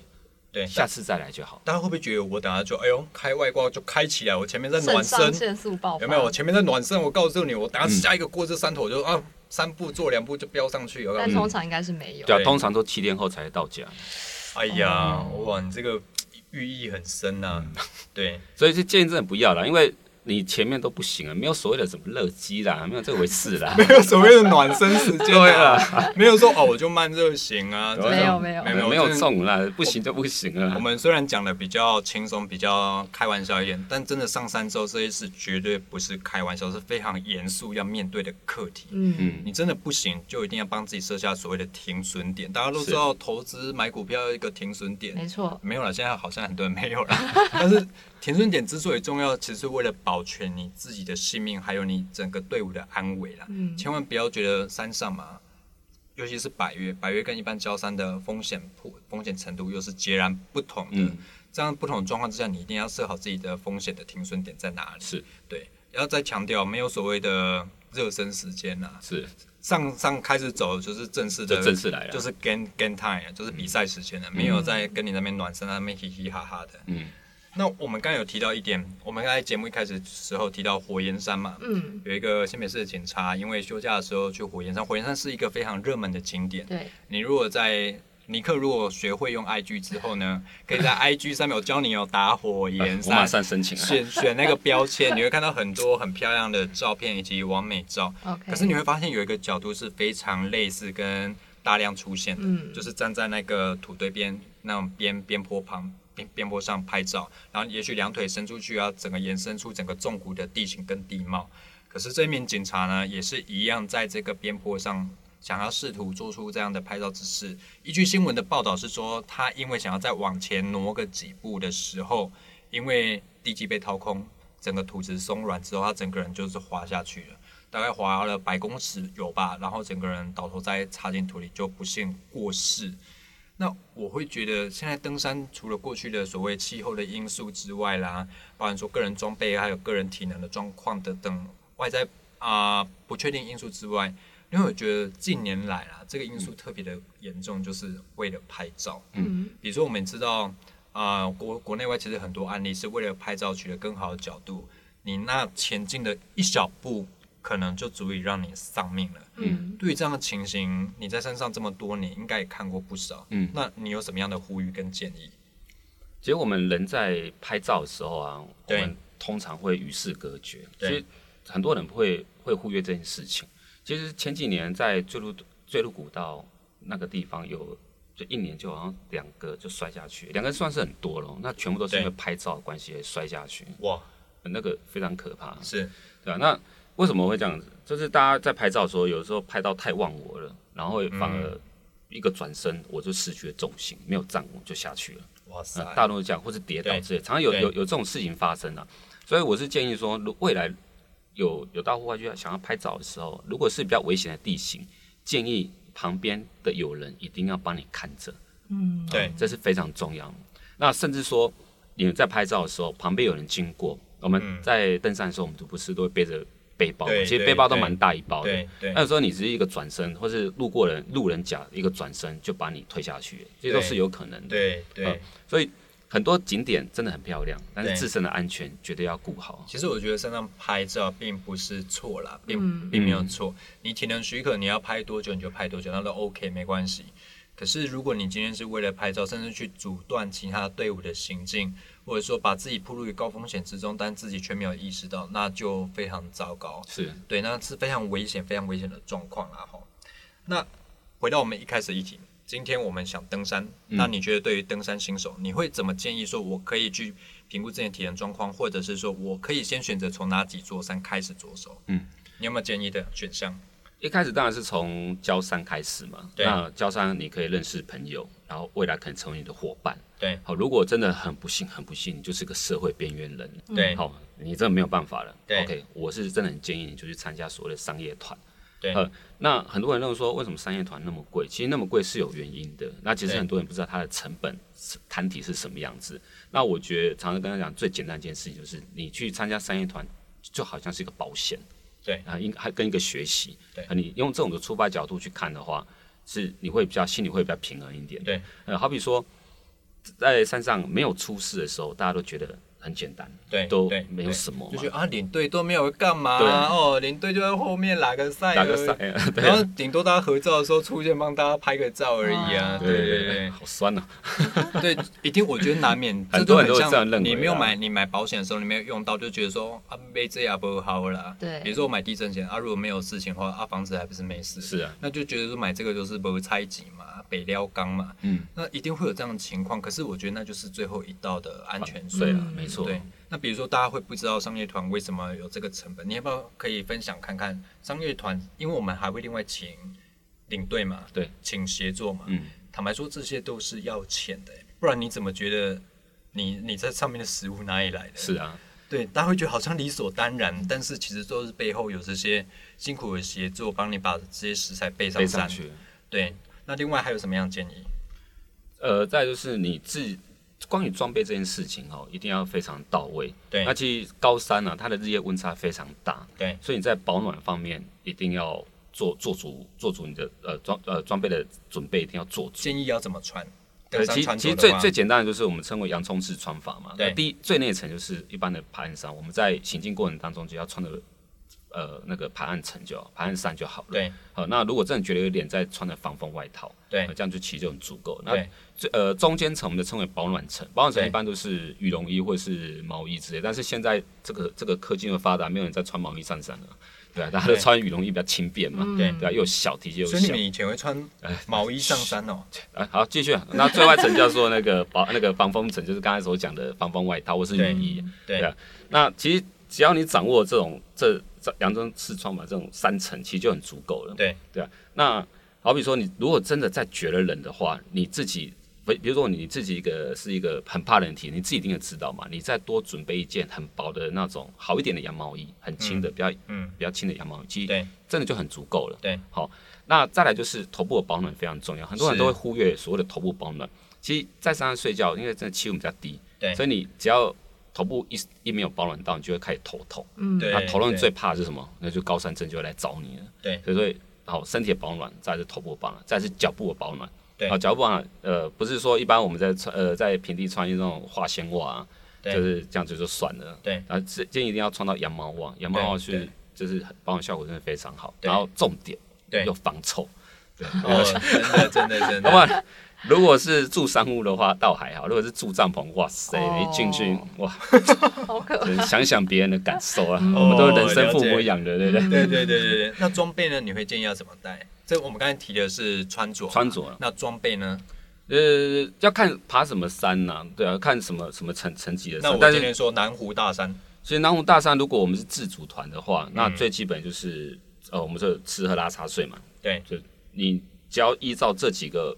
[SPEAKER 1] 对，
[SPEAKER 3] 下次再来就好。
[SPEAKER 1] 大家会不会觉得我等下就哎呦开外挂就开起来，我前面在暖
[SPEAKER 2] 肾上
[SPEAKER 1] 身，
[SPEAKER 2] 腺素爆发，
[SPEAKER 1] 有没有？我前面在暖身，我告诉你，我等下下一个过这山头我就、啊三步做两步就飙上去，有没
[SPEAKER 2] 但
[SPEAKER 1] 有？
[SPEAKER 2] 通常应该是没有。
[SPEAKER 3] 对啊，
[SPEAKER 1] 嗯对
[SPEAKER 3] 通常都七天后才到家，
[SPEAKER 1] 哎呀，哇，你这个寓意很深呐、对，
[SPEAKER 3] 所以就建议真的不要了，因为你前面都不行啊，没有所谓的什么乐基啦，没有这回事
[SPEAKER 1] [laughs]
[SPEAKER 3] 啦。
[SPEAKER 1] 没有所谓的暖身时间
[SPEAKER 3] 对
[SPEAKER 1] 啊，
[SPEAKER 3] 啦，
[SPEAKER 1] 没有说哦我就慢热型啊，这种
[SPEAKER 2] 没有没有
[SPEAKER 1] 没有
[SPEAKER 3] 没有
[SPEAKER 1] 这
[SPEAKER 3] 中啦，不行就不行啊
[SPEAKER 1] 我。们虽然讲的比较轻松、比较开玩笑一点，但真的上山之后，这些事绝对不是开玩笑，是非常严肃要面对的课题。
[SPEAKER 2] 嗯，
[SPEAKER 3] 嗯，
[SPEAKER 1] 你真的不行，就一定要帮自己设下所谓的停损点。大家都知道，投资买股票有一个停损点，
[SPEAKER 2] 没错，
[SPEAKER 1] 没有了，现在好像很多人没有了。 [laughs] 但是停损点之所以重要，其实是为了保全你自己的性命，还有你整个队伍的安危啦。
[SPEAKER 2] 嗯
[SPEAKER 1] 千万不要觉得山上嘛，尤其是百越，百越跟一般焦山的风险破风险程度又是截然不同的。
[SPEAKER 3] 嗯
[SPEAKER 1] 这样不同的状况之下，你一定要设好自己的风险的停损点在哪里。
[SPEAKER 3] 是
[SPEAKER 1] 对，然后再强调，没有所谓的热身时间啦、
[SPEAKER 3] 是，
[SPEAKER 1] 上上开始走就是正式的，
[SPEAKER 3] 就正式来了
[SPEAKER 1] 就是 game game time，就是比赛时间了，没有在跟你那边暖身那边嘻嘻哈哈的。
[SPEAKER 3] 嗯，
[SPEAKER 1] 那我们刚刚有提到一点，我们刚才节目一开始时候提到火焰山嘛，
[SPEAKER 2] 嗯，
[SPEAKER 1] 有一个新北市的警察，因为休假的时候去火焰山，火焰山是一个非常热门的景点。
[SPEAKER 2] 对，
[SPEAKER 1] 你如果在尼克如果学会用 IG 之后呢，可
[SPEAKER 3] [laughs]
[SPEAKER 1] 以在 IG 上面我教你哦，打火焰
[SPEAKER 3] 啊我
[SPEAKER 1] 山，
[SPEAKER 3] 马上申请啊。
[SPEAKER 1] 选选那个标签，你会看到很多很漂亮的照片以及完美照。
[SPEAKER 2] OK
[SPEAKER 1] 可是你会发现有一个角度是非常类似跟大量出现的，
[SPEAKER 2] 嗯
[SPEAKER 1] 就是站在那个土堆边那种边边坡旁。边边坡上拍照，然后也许两腿伸出去啊，整个延伸出整个纵谷的地形跟地貌。可是这名警察呢，也是一样在这个边坡上想要试图做出这样的拍照姿势。依据新闻的报道是说，他因为想要再往前挪个几步的时候，因为地基被掏空，整个土质松软之后，他整个人就是滑下去了，大概滑了百公尺有吧，然后整个人倒头栽插进土里，就不幸过世。那我会觉得，现在登山除了过去的所谓气候的因素之外啦，包含说个人装备还有个人体能的状况等等外在啊、不确定因素之外，因为我觉得近年来啦，这个因素特别的严重，就是为了拍照。
[SPEAKER 2] 嗯，
[SPEAKER 1] 比如说我们知道啊、呃国国内外其实很多案例是为了拍照取得更好的角度，你那前进的一小步，可能就足以让你丧命了。
[SPEAKER 2] 嗯，
[SPEAKER 1] 对于这样的情形，你在山上这么多年，应该也看过不少。
[SPEAKER 3] 嗯
[SPEAKER 1] 那你有什么样的呼吁跟建议？
[SPEAKER 3] 其实我们人在拍照的时候啊，我
[SPEAKER 1] 对
[SPEAKER 3] 们通常会与世隔绝，其
[SPEAKER 1] 对
[SPEAKER 3] 实很多人会会忽略这件事情。其实前几年在坠入坠入古道那个地方有。就一年就好像两个就摔下去，两个算是很多了。那全部都是因为
[SPEAKER 1] 对
[SPEAKER 3] 拍照的关系摔下去，
[SPEAKER 1] 哇，
[SPEAKER 3] 那个非常可怕。
[SPEAKER 1] 是
[SPEAKER 3] 对啊，那为什么会这样子？就是大家在拍照的时候，有时候拍到太忘我了，然后反
[SPEAKER 1] 嗯
[SPEAKER 3] 而一个转身，我就失去了重心，没有站稳就下去了。
[SPEAKER 1] 哇塞
[SPEAKER 3] 呃、，大陆讲或是跌倒
[SPEAKER 1] 啊对
[SPEAKER 3] 之类，常常有
[SPEAKER 1] 对
[SPEAKER 3] 有有这种事情发生啊。所以我是建议说，如未来有有到户外去想要拍照的时候，如果是比较危险的地形，建议旁边的友人一定要帮你看着。
[SPEAKER 2] 嗯，
[SPEAKER 1] 对
[SPEAKER 3] 这是非常重要。那甚至说你们在拍照的时候，旁边有人经过，我们
[SPEAKER 1] 嗯
[SPEAKER 3] 在登山的时候，我们都不是都会背着背包嘛，
[SPEAKER 1] 对
[SPEAKER 3] 其实
[SPEAKER 1] 对
[SPEAKER 3] 背包都
[SPEAKER 1] 对
[SPEAKER 3] 蛮大一包的
[SPEAKER 1] 对。对
[SPEAKER 3] 那有时候你只是一个转身，或是路过人路人甲一个转身就把你推下去了，这都是有可能的。
[SPEAKER 1] 对对
[SPEAKER 3] 嗯。所以很多景点真的很漂亮，但是
[SPEAKER 1] 对
[SPEAKER 3] 自身的安全绝对要顾好。
[SPEAKER 1] 其实我觉得山上拍照并不是错啦，并、
[SPEAKER 2] 嗯
[SPEAKER 1] 并没有错。你体能许可，你要拍多久你就拍多久，那都 OK，没关系。可是如果你今天是为了拍照，甚至去阻断其他队伍的行进，或者说把自己暴露于高风险之中，但自己却没有意识到，那就非常糟糕。
[SPEAKER 3] 是，
[SPEAKER 1] 对，那是非常危险、非常危险的状况啦。哈，那回到我们一开始的议题，今天我们想登山，
[SPEAKER 3] 嗯
[SPEAKER 1] 那你觉得对于登山新手，你会怎么建议？说我可以去评估自己的体能状况，或者是说我可以先选择从哪几座山开始着手？
[SPEAKER 3] 嗯，
[SPEAKER 1] 你有没有建议的选项？
[SPEAKER 3] 一开始当然是从交山开始嘛。
[SPEAKER 1] 对
[SPEAKER 3] 那交山你可以认识朋友，然后未来可能成为你的伙伴。
[SPEAKER 1] 对
[SPEAKER 3] 好，如果真的很不幸，很不幸，你就是个社会边缘人，
[SPEAKER 1] 对
[SPEAKER 3] 嗯好，你真的没有办法了。
[SPEAKER 1] 对
[SPEAKER 3] o k 我是真的很建议你就去参加所谓的商业团。
[SPEAKER 1] 对
[SPEAKER 3] 呃，那很多人认为说，为什么商业团那么贵？其实那么贵是有原因的。那其实
[SPEAKER 1] 对
[SPEAKER 3] 很多人不知道它的成本是摊体是什么样子。那我觉得常常跟他讲，最简单一件事情就是，你去参加商业团，就好像是一个保险。
[SPEAKER 1] 对
[SPEAKER 3] 啊，应还跟一个学习。
[SPEAKER 1] 对
[SPEAKER 3] 啊你用这种的出发角度去看的话，是你会比较心里会比较平衡一点。
[SPEAKER 1] 对，
[SPEAKER 3] 呃，好比说。在山上没有出事的时候，大家都觉得很简单，
[SPEAKER 1] 对，
[SPEAKER 3] 都
[SPEAKER 1] 对
[SPEAKER 3] 没有什么嘛，
[SPEAKER 1] 就是啊，领队都没有干嘛
[SPEAKER 3] 对
[SPEAKER 1] 哦，领队就在后面拉个赛
[SPEAKER 3] 打
[SPEAKER 1] 而
[SPEAKER 3] 个
[SPEAKER 1] 已，
[SPEAKER 3] 伞，对
[SPEAKER 1] 然后顶多大家合照的时候出现帮大家拍个照而已啊，
[SPEAKER 2] 哦
[SPEAKER 1] 对对
[SPEAKER 3] 对，
[SPEAKER 1] 对
[SPEAKER 3] 好酸呐，
[SPEAKER 1] [laughs] 对，一定我觉得难免，
[SPEAKER 3] 很
[SPEAKER 1] 这
[SPEAKER 3] 多
[SPEAKER 1] 都
[SPEAKER 3] 人都这样
[SPEAKER 1] 像
[SPEAKER 3] 认为啊
[SPEAKER 1] 你没有
[SPEAKER 3] 啦
[SPEAKER 1] 买你买保险的时候，你没有用到，就觉得说啊，没这也不好啦。
[SPEAKER 2] 对
[SPEAKER 1] 比如说我买地震险啊，如果没有事情的话，啊，房子还不是没事，
[SPEAKER 3] 是啊，
[SPEAKER 1] 那就觉得说买这个就是不拆己嘛，北撩缸嘛，
[SPEAKER 3] 嗯，
[SPEAKER 1] 那一定会有这样的情况。可是我觉得那就是最后一道的安全税
[SPEAKER 3] 对
[SPEAKER 1] 了。
[SPEAKER 3] 啊，没错，
[SPEAKER 1] 嗯对，那比如说大家会不知道商业团为什么有这个成本，你要不要可以分享看看商业团？因为我们还会另外请领队嘛，
[SPEAKER 3] 对，
[SPEAKER 1] 请协作嘛，
[SPEAKER 3] 嗯，
[SPEAKER 1] 坦白说，这些都是要钱的，欸不然你怎么觉得你你在上面的食物哪里来的？
[SPEAKER 3] 是啊，
[SPEAKER 1] 对，大家会觉得好像理所当然，但是其实都是背后有这些辛苦的协作，帮你把这些食材背上
[SPEAKER 3] 飞
[SPEAKER 1] 山。
[SPEAKER 3] 上去。
[SPEAKER 1] 对，那另外还有什么样的建议？
[SPEAKER 3] 呃，再就是你自关于装备这件事情哦，一定要非常到位。
[SPEAKER 1] 对
[SPEAKER 3] 那其实高山呢、它的日夜温差非常大，
[SPEAKER 1] 对
[SPEAKER 3] 所以你在保暖方面一定要做做足做足你的呃装呃装备的准备，一定要做足。
[SPEAKER 1] 建议要怎么穿？
[SPEAKER 3] 呃，
[SPEAKER 1] 登
[SPEAKER 3] 其
[SPEAKER 1] 山
[SPEAKER 3] 实
[SPEAKER 1] 穿着
[SPEAKER 3] 其实
[SPEAKER 1] 的
[SPEAKER 3] 最
[SPEAKER 1] 话
[SPEAKER 3] 最简单的就是我们称为洋葱式穿法嘛。
[SPEAKER 1] 对
[SPEAKER 3] 那第一最内层就是一般的爬岸衫，我们在行进过程当中就要穿的呃那个爬岸层就好，爬岸衫就好了。
[SPEAKER 1] 对
[SPEAKER 3] 好，那如果真的觉得有点，再穿的防风外套，
[SPEAKER 1] 对
[SPEAKER 3] 呃这样就其实就很足够。那
[SPEAKER 1] 对
[SPEAKER 3] 最呃中间层我们称为保暖层，保暖层
[SPEAKER 1] 对
[SPEAKER 3] 一般都是羽绒衣或是毛衣之类，但是现在这个这个科技的发达，没有人在穿毛衣上山了，对啊，大家都
[SPEAKER 1] 对
[SPEAKER 3] 穿羽绒衣比较轻便嘛，
[SPEAKER 2] 嗯
[SPEAKER 1] 对
[SPEAKER 3] 对啊，又小体积又
[SPEAKER 1] 所以你
[SPEAKER 3] 小
[SPEAKER 1] 们。以前会穿
[SPEAKER 3] 呃
[SPEAKER 1] 毛衣上山
[SPEAKER 3] [laughs]
[SPEAKER 1] 哦？
[SPEAKER 3] 啊，好，继续啊。那最外层叫做那个保那个防风层，就是刚才所讲的防风外套或是
[SPEAKER 1] 对
[SPEAKER 3] 雨衣。
[SPEAKER 1] 对
[SPEAKER 3] 啊，那其实只要你掌握这种这这洋装式穿法这种三层，其实就很足够了。
[SPEAKER 1] 对
[SPEAKER 3] 对啊，那好比说你如果真的再觉得冷的话，你自己。比比如说你自己一个是一个很怕冷的体，你自己一定也知道嘛。你再多准备一件很薄的那种好一点的羊毛衣，很轻的，比较
[SPEAKER 1] 嗯，
[SPEAKER 3] 比较轻的羊毛衣，其实
[SPEAKER 1] 对
[SPEAKER 3] 真的就很足够了。
[SPEAKER 1] 对，
[SPEAKER 3] 好，那再来就是头部的保暖非常重要，很多人
[SPEAKER 1] 是
[SPEAKER 3] 都会忽略所谓的头部保暖。其实，在山上睡觉，因为真的气温比较低，
[SPEAKER 1] 对
[SPEAKER 3] 所以你只要头部一一没有保暖到，你就会开始头痛。
[SPEAKER 2] 嗯，
[SPEAKER 1] 对
[SPEAKER 3] 那头痛
[SPEAKER 1] 对
[SPEAKER 3] 最怕的是什么？那就高山症就会来找你了。
[SPEAKER 1] 对
[SPEAKER 3] 所以说，好，身体的保暖，再来是头部的保暖，再来是脚部的保暖。
[SPEAKER 1] 对
[SPEAKER 3] 好，脚部保暖，呃，不是说一般我们在穿呃在平地穿那种化纤袜啊，
[SPEAKER 1] 对
[SPEAKER 3] 就是这样子就算了。
[SPEAKER 1] 对
[SPEAKER 3] 然后这建议一定要穿到羊毛袜，羊毛袜
[SPEAKER 1] 对
[SPEAKER 3] 是
[SPEAKER 1] 对
[SPEAKER 3] 就是很保暖效果真的非常好，
[SPEAKER 1] 对
[SPEAKER 3] 然后重点
[SPEAKER 1] 对
[SPEAKER 3] 又防臭。
[SPEAKER 1] 哦，真的真的真
[SPEAKER 3] [laughs] 那
[SPEAKER 1] 的，
[SPEAKER 3] 么如果是住商务的话倒还好，如果是住帐篷，哇塞，
[SPEAKER 2] 哦
[SPEAKER 3] 一进去哇，
[SPEAKER 2] [laughs] 好可怕。
[SPEAKER 3] 真想想别人的感受啊，
[SPEAKER 1] 哦
[SPEAKER 3] 我们都是人生父母
[SPEAKER 1] 了解
[SPEAKER 3] 养的，对不对？
[SPEAKER 1] [laughs] 对对对对对。那装备呢？你会建议要怎么带？这我们刚才提的是穿着嘛，
[SPEAKER 3] 穿着啊
[SPEAKER 1] 那装备呢？
[SPEAKER 3] 呃，要看爬什么山呐、对啊，看什么什么层层级的
[SPEAKER 1] 那
[SPEAKER 3] 山。
[SPEAKER 1] 我
[SPEAKER 3] 但
[SPEAKER 1] 今
[SPEAKER 3] 是
[SPEAKER 1] 天说南湖大山，
[SPEAKER 3] 所以南湖大山，如果我们是自主团的话，
[SPEAKER 1] 嗯
[SPEAKER 3] 那最基本就是、呃，我们说吃喝拉撒睡嘛，
[SPEAKER 1] 对
[SPEAKER 3] 就你只要依照这几个，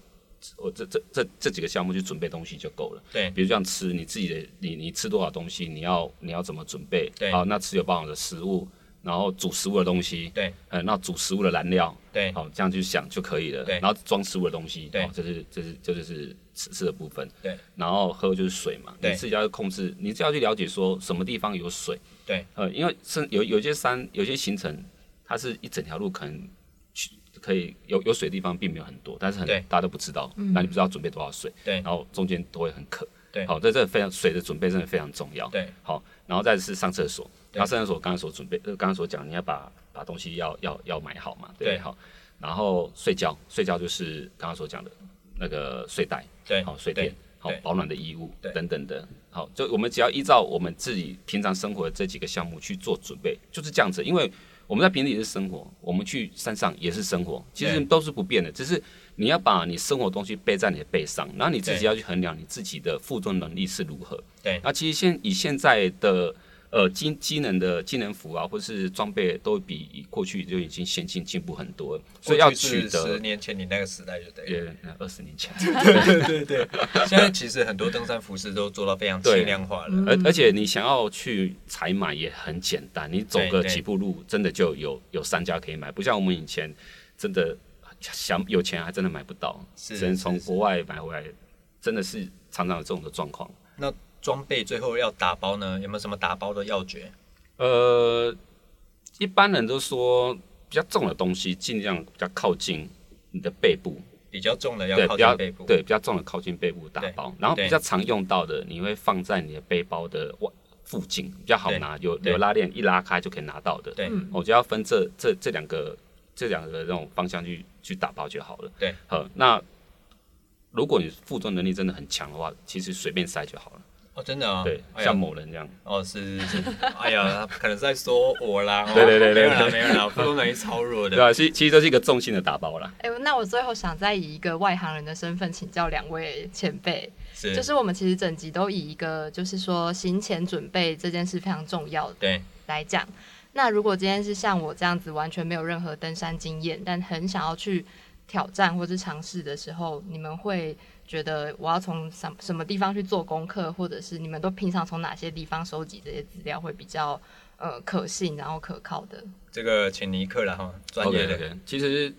[SPEAKER 3] 我这这这这几个项目去准备东西就够了。
[SPEAKER 1] 对
[SPEAKER 3] 比如像吃，你自己的你你吃多少东西，你要你要怎么准备？
[SPEAKER 1] 对
[SPEAKER 3] 好，那吃有包含的食物，然后煮食物的东西，
[SPEAKER 1] 对
[SPEAKER 3] 呃，那煮食物的燃料，
[SPEAKER 1] 对
[SPEAKER 3] 好，这样去想就可以了。
[SPEAKER 1] 对
[SPEAKER 3] 然后装食物的东西，
[SPEAKER 1] 对
[SPEAKER 3] 哦这是这是这就是吃吃的部分。
[SPEAKER 1] 对，
[SPEAKER 3] 然后喝就是水嘛，你
[SPEAKER 1] 对
[SPEAKER 3] 自己要控制，你自己要去了解说什么地方有水。
[SPEAKER 1] 对，
[SPEAKER 3] 呃，因为是有有些山有些行程，它是一整条路可能去可以有有水的地方并没有很多，但是很
[SPEAKER 1] 对
[SPEAKER 3] 大家都不知道，那你不知道准备多少水，
[SPEAKER 1] 对
[SPEAKER 3] 然后中间都会很渴。
[SPEAKER 1] 对
[SPEAKER 3] 好，这这非常水的准备真的非常重要。
[SPEAKER 1] 对
[SPEAKER 3] 好，然后再是上厕所，
[SPEAKER 1] 对
[SPEAKER 3] 那上厕所刚刚所准备，呃，刚刚所讲，你要把把东西要要要买好嘛，对不对
[SPEAKER 1] 对
[SPEAKER 3] 好，然后睡觉，睡觉就是刚刚所讲的那个睡袋，
[SPEAKER 1] 对
[SPEAKER 3] 好睡
[SPEAKER 1] 对
[SPEAKER 3] 垫，好
[SPEAKER 1] 对
[SPEAKER 3] 保暖的衣物
[SPEAKER 1] 对
[SPEAKER 3] 等等的，好，就我们只要依照我们自己平常生活的这几个项目去做准备，就是这样子，因为。我们在平地是生活，我们去山上也是生活，其实
[SPEAKER 1] 对
[SPEAKER 3] 都是不变的，只是你要把你生活的东西背在你的背上，然后你自己
[SPEAKER 1] 对
[SPEAKER 3] 要去衡量你自己的负重能力是如何。
[SPEAKER 1] 对
[SPEAKER 3] 那其实现以现在的呃机机能的机能服啊，或是装备，都比过去就已经先进进步很多了，所以要取
[SPEAKER 1] 十
[SPEAKER 3] 得
[SPEAKER 1] 年前你那个时代就对了。
[SPEAKER 3] 也呃二十年前，
[SPEAKER 1] 对对对，现在其实很多登山服饰都做到非常轻量化了。
[SPEAKER 3] 而而且你想要去采买也很简单，你走个
[SPEAKER 1] 对对
[SPEAKER 3] 几步路，真的就有有商家可以买，不像我们以前真的想有钱还真的买不到，
[SPEAKER 1] 是
[SPEAKER 3] 只能从
[SPEAKER 1] 是是
[SPEAKER 3] 国外买回来，真的是常常有这种的状况。
[SPEAKER 1] 那装备最后要打包呢，有没有什么打包的要诀？
[SPEAKER 3] 呃，一般人都说比较重的东西尽量比较靠近你的背部，
[SPEAKER 1] 比较重的要
[SPEAKER 3] 对
[SPEAKER 1] 靠
[SPEAKER 3] 比
[SPEAKER 1] 近
[SPEAKER 3] 较
[SPEAKER 1] 背部，
[SPEAKER 3] 对比较重的靠近背部打
[SPEAKER 1] 对
[SPEAKER 3] 包，然后
[SPEAKER 1] 对
[SPEAKER 3] 比较常用到的你会放在你的背包的外附近，比较好
[SPEAKER 1] 对
[SPEAKER 3] 拿，有
[SPEAKER 1] 对
[SPEAKER 3] 有拉链一拉开就可以拿到的。
[SPEAKER 1] 对
[SPEAKER 2] 嗯
[SPEAKER 3] 我就要分这这这两个这两个这种方向去去打包就好了。
[SPEAKER 1] 对，
[SPEAKER 3] 好，那如果你负重能力真的很强的话，其实随便塞就好了。
[SPEAKER 1] 哦，真的啊，
[SPEAKER 3] 对，
[SPEAKER 1] 哎呀
[SPEAKER 3] 像，某人这样，
[SPEAKER 1] 哦，是是是，哎呀，他可能是在说我啦，哦
[SPEAKER 3] 对 [laughs] 对对对
[SPEAKER 1] 没有啦
[SPEAKER 3] 对
[SPEAKER 1] 没有啦，负重能力超弱
[SPEAKER 3] 对 [laughs]
[SPEAKER 1] 的，
[SPEAKER 3] 啊，其实其实这是一个重心的打包啦。
[SPEAKER 2] 哎、那我最后想再以一个外行人的身份请教两位前辈，
[SPEAKER 1] 是，
[SPEAKER 2] 就是我们其实整集都以一个就是说行前准备这件事非常重要
[SPEAKER 1] 对
[SPEAKER 2] 来讲。那如果今天是像我这样子完全没有任何登山经验，但很想要去挑战或是尝试的时候，你们会觉得我要从什什么地方去做功课，或者是你们都平常从哪些地方收集这些资料会比较呃可信然后可靠的？
[SPEAKER 1] 这个请尼克了哈，专业
[SPEAKER 3] OK
[SPEAKER 1] 的，
[SPEAKER 3] OK，其实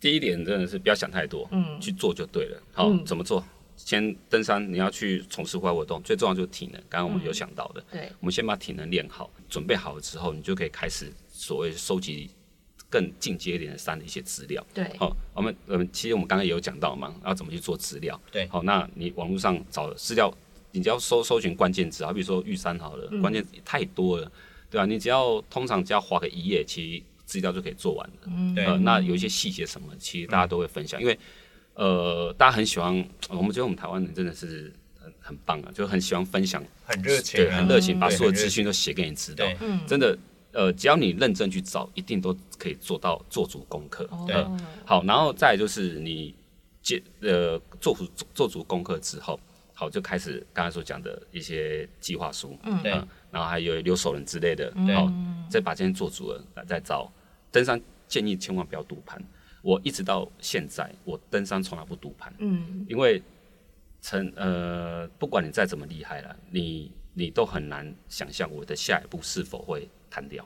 [SPEAKER 3] 第一点真的是不要想太多，
[SPEAKER 2] 嗯
[SPEAKER 3] 去做就对了。好，
[SPEAKER 2] 嗯
[SPEAKER 3] 怎么做？先登山，你要去从事户外活动，最重要就是体能。刚刚我们
[SPEAKER 2] 嗯
[SPEAKER 3] 有想到的，
[SPEAKER 2] 对，
[SPEAKER 3] 我们先把体能练好，准备好了之后，你就可以开始所谓收集更进阶一点的山的一些资料。
[SPEAKER 2] 对，
[SPEAKER 3] 好、我们我们其实我们刚刚也有讲到嘛，要怎么去做资料。
[SPEAKER 1] 对
[SPEAKER 3] 好、那你网络上找资料，你只要搜搜寻关键字，好比说玉山好了，
[SPEAKER 2] 嗯
[SPEAKER 3] 关键字太多了，对啊吧、你只要通常只要划个一页，其实资料就可以做完了。
[SPEAKER 2] 嗯
[SPEAKER 1] 对嗯
[SPEAKER 3] 呃，那有一些细节什么，其实大家都会分享，因为呃，大家很喜欢，呃我们觉得我们台湾人真的是很很棒啊，就很喜欢分享，
[SPEAKER 1] 很热情
[SPEAKER 3] 对，
[SPEAKER 1] 啊，
[SPEAKER 3] 很热情，把
[SPEAKER 1] 对
[SPEAKER 3] 所有
[SPEAKER 1] 很热
[SPEAKER 3] 资讯都写给你知道
[SPEAKER 1] 对。
[SPEAKER 2] 嗯，
[SPEAKER 3] 真的，呃，只要你认真去找，一定都可以做到做足功课。
[SPEAKER 2] 哦
[SPEAKER 1] 对
[SPEAKER 3] 呃好，然后再来就是你接呃做足做足功课之后，好就开始刚才所讲的一些计划书，
[SPEAKER 2] 嗯
[SPEAKER 1] 对
[SPEAKER 3] 呃然后还有留守人之类的，
[SPEAKER 1] 对
[SPEAKER 3] 好，再把这些做足了，再找登山建议千万不要读盘。我一直到现在，我登山从来不读盘，
[SPEAKER 2] 嗯，
[SPEAKER 3] 因为成呃，不管你再怎么厉害了，你你都很难想象我的下一步是否会弹掉。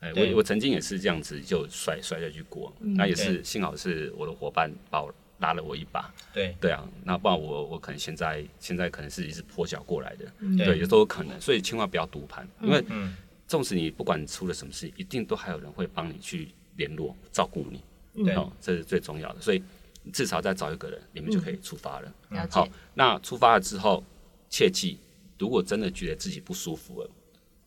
[SPEAKER 3] 哎、
[SPEAKER 1] 对
[SPEAKER 3] 我我曾经也是这样子就摔摔下去过，那也是幸好是我的伙伴把我拉了我一把。
[SPEAKER 1] 对
[SPEAKER 3] 对啊，那不然我我可能现在现在可能是一直坡脚过来的，
[SPEAKER 1] 嗯对
[SPEAKER 3] 对，有都有可能，所以千万不要赌盘，因为
[SPEAKER 1] 嗯
[SPEAKER 3] 纵使你不管出了什么事，一定都还有人会帮你去联络照顾你，
[SPEAKER 1] 对
[SPEAKER 3] 哦，这是最重要的，所以至少再找一个人，你们就可以出发了。
[SPEAKER 1] 嗯
[SPEAKER 2] 了
[SPEAKER 3] 嗯好
[SPEAKER 2] 解，，
[SPEAKER 3] 那出发了之后，切记，如果真的觉得自己不舒服了，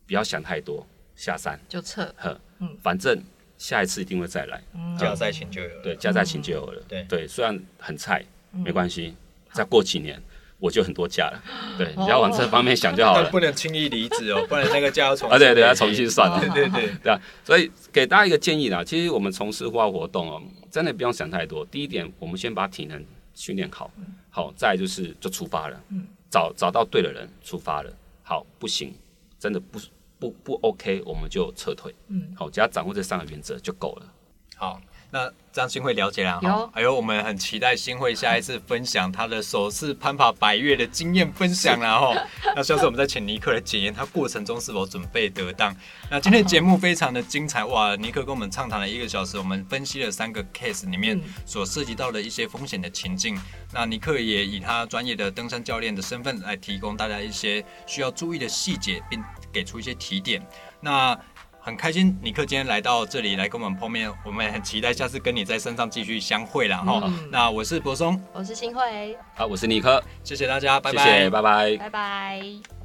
[SPEAKER 3] 不要想太多，下山，
[SPEAKER 2] 就撤，
[SPEAKER 3] 呵，
[SPEAKER 2] 嗯
[SPEAKER 3] 反正下一次一定会再来，
[SPEAKER 1] 加赛前就有了，
[SPEAKER 3] 嗯对，加在请就有了，
[SPEAKER 1] 嗯对
[SPEAKER 3] 虽然很菜，没关系，再过几年我就很多假了，对，你只要往这方面想就好
[SPEAKER 1] 但
[SPEAKER 3] 了，
[SPEAKER 1] 不能轻易离职哦，不然那个家要重
[SPEAKER 3] 啊，对对，
[SPEAKER 1] 要
[SPEAKER 3] 要重新算了
[SPEAKER 1] 对。对对，
[SPEAKER 3] [laughs] 对啊，所以给大家一个建议啦。其实我们从事户外活动哦，真的不用想太多。第一点，我们先把体能训练好，好，再来就是就出发了，找找到对的人出发了。好，不行，真的不不不 OK，我们就撤退。
[SPEAKER 2] 嗯，
[SPEAKER 3] 好，只要掌握这三个原则就够了。
[SPEAKER 1] 好，那张新会了解了
[SPEAKER 2] 有
[SPEAKER 1] 哈。哎呦，我们很期待新会下一次分享他的首次攀爬百越的经验分享
[SPEAKER 2] [laughs]
[SPEAKER 1] 啦哈。那下次我们再请尼克来检验他过程中是否准备得当。那今天的节目非常的精彩哇！尼克跟我们畅谈了一个小时，我们分析了三个 case 里面
[SPEAKER 2] 嗯
[SPEAKER 1] 所涉及到的一些风险的情境。那尼克也以他专业的登山教练的身份来提供大家一些需要注意的细节，并给出一些提点。那很开心，尼克今天来到这里来跟我们碰面，我们也很期待下次跟你在山上继续相会啦哈、
[SPEAKER 2] 嗯
[SPEAKER 1] 那我是柏松，
[SPEAKER 2] 我是新慧，
[SPEAKER 3] 啊，我是尼克，
[SPEAKER 1] 谢谢大家，拜
[SPEAKER 3] 谢
[SPEAKER 1] 拜。
[SPEAKER 3] 谢，拜拜。
[SPEAKER 2] 拜拜。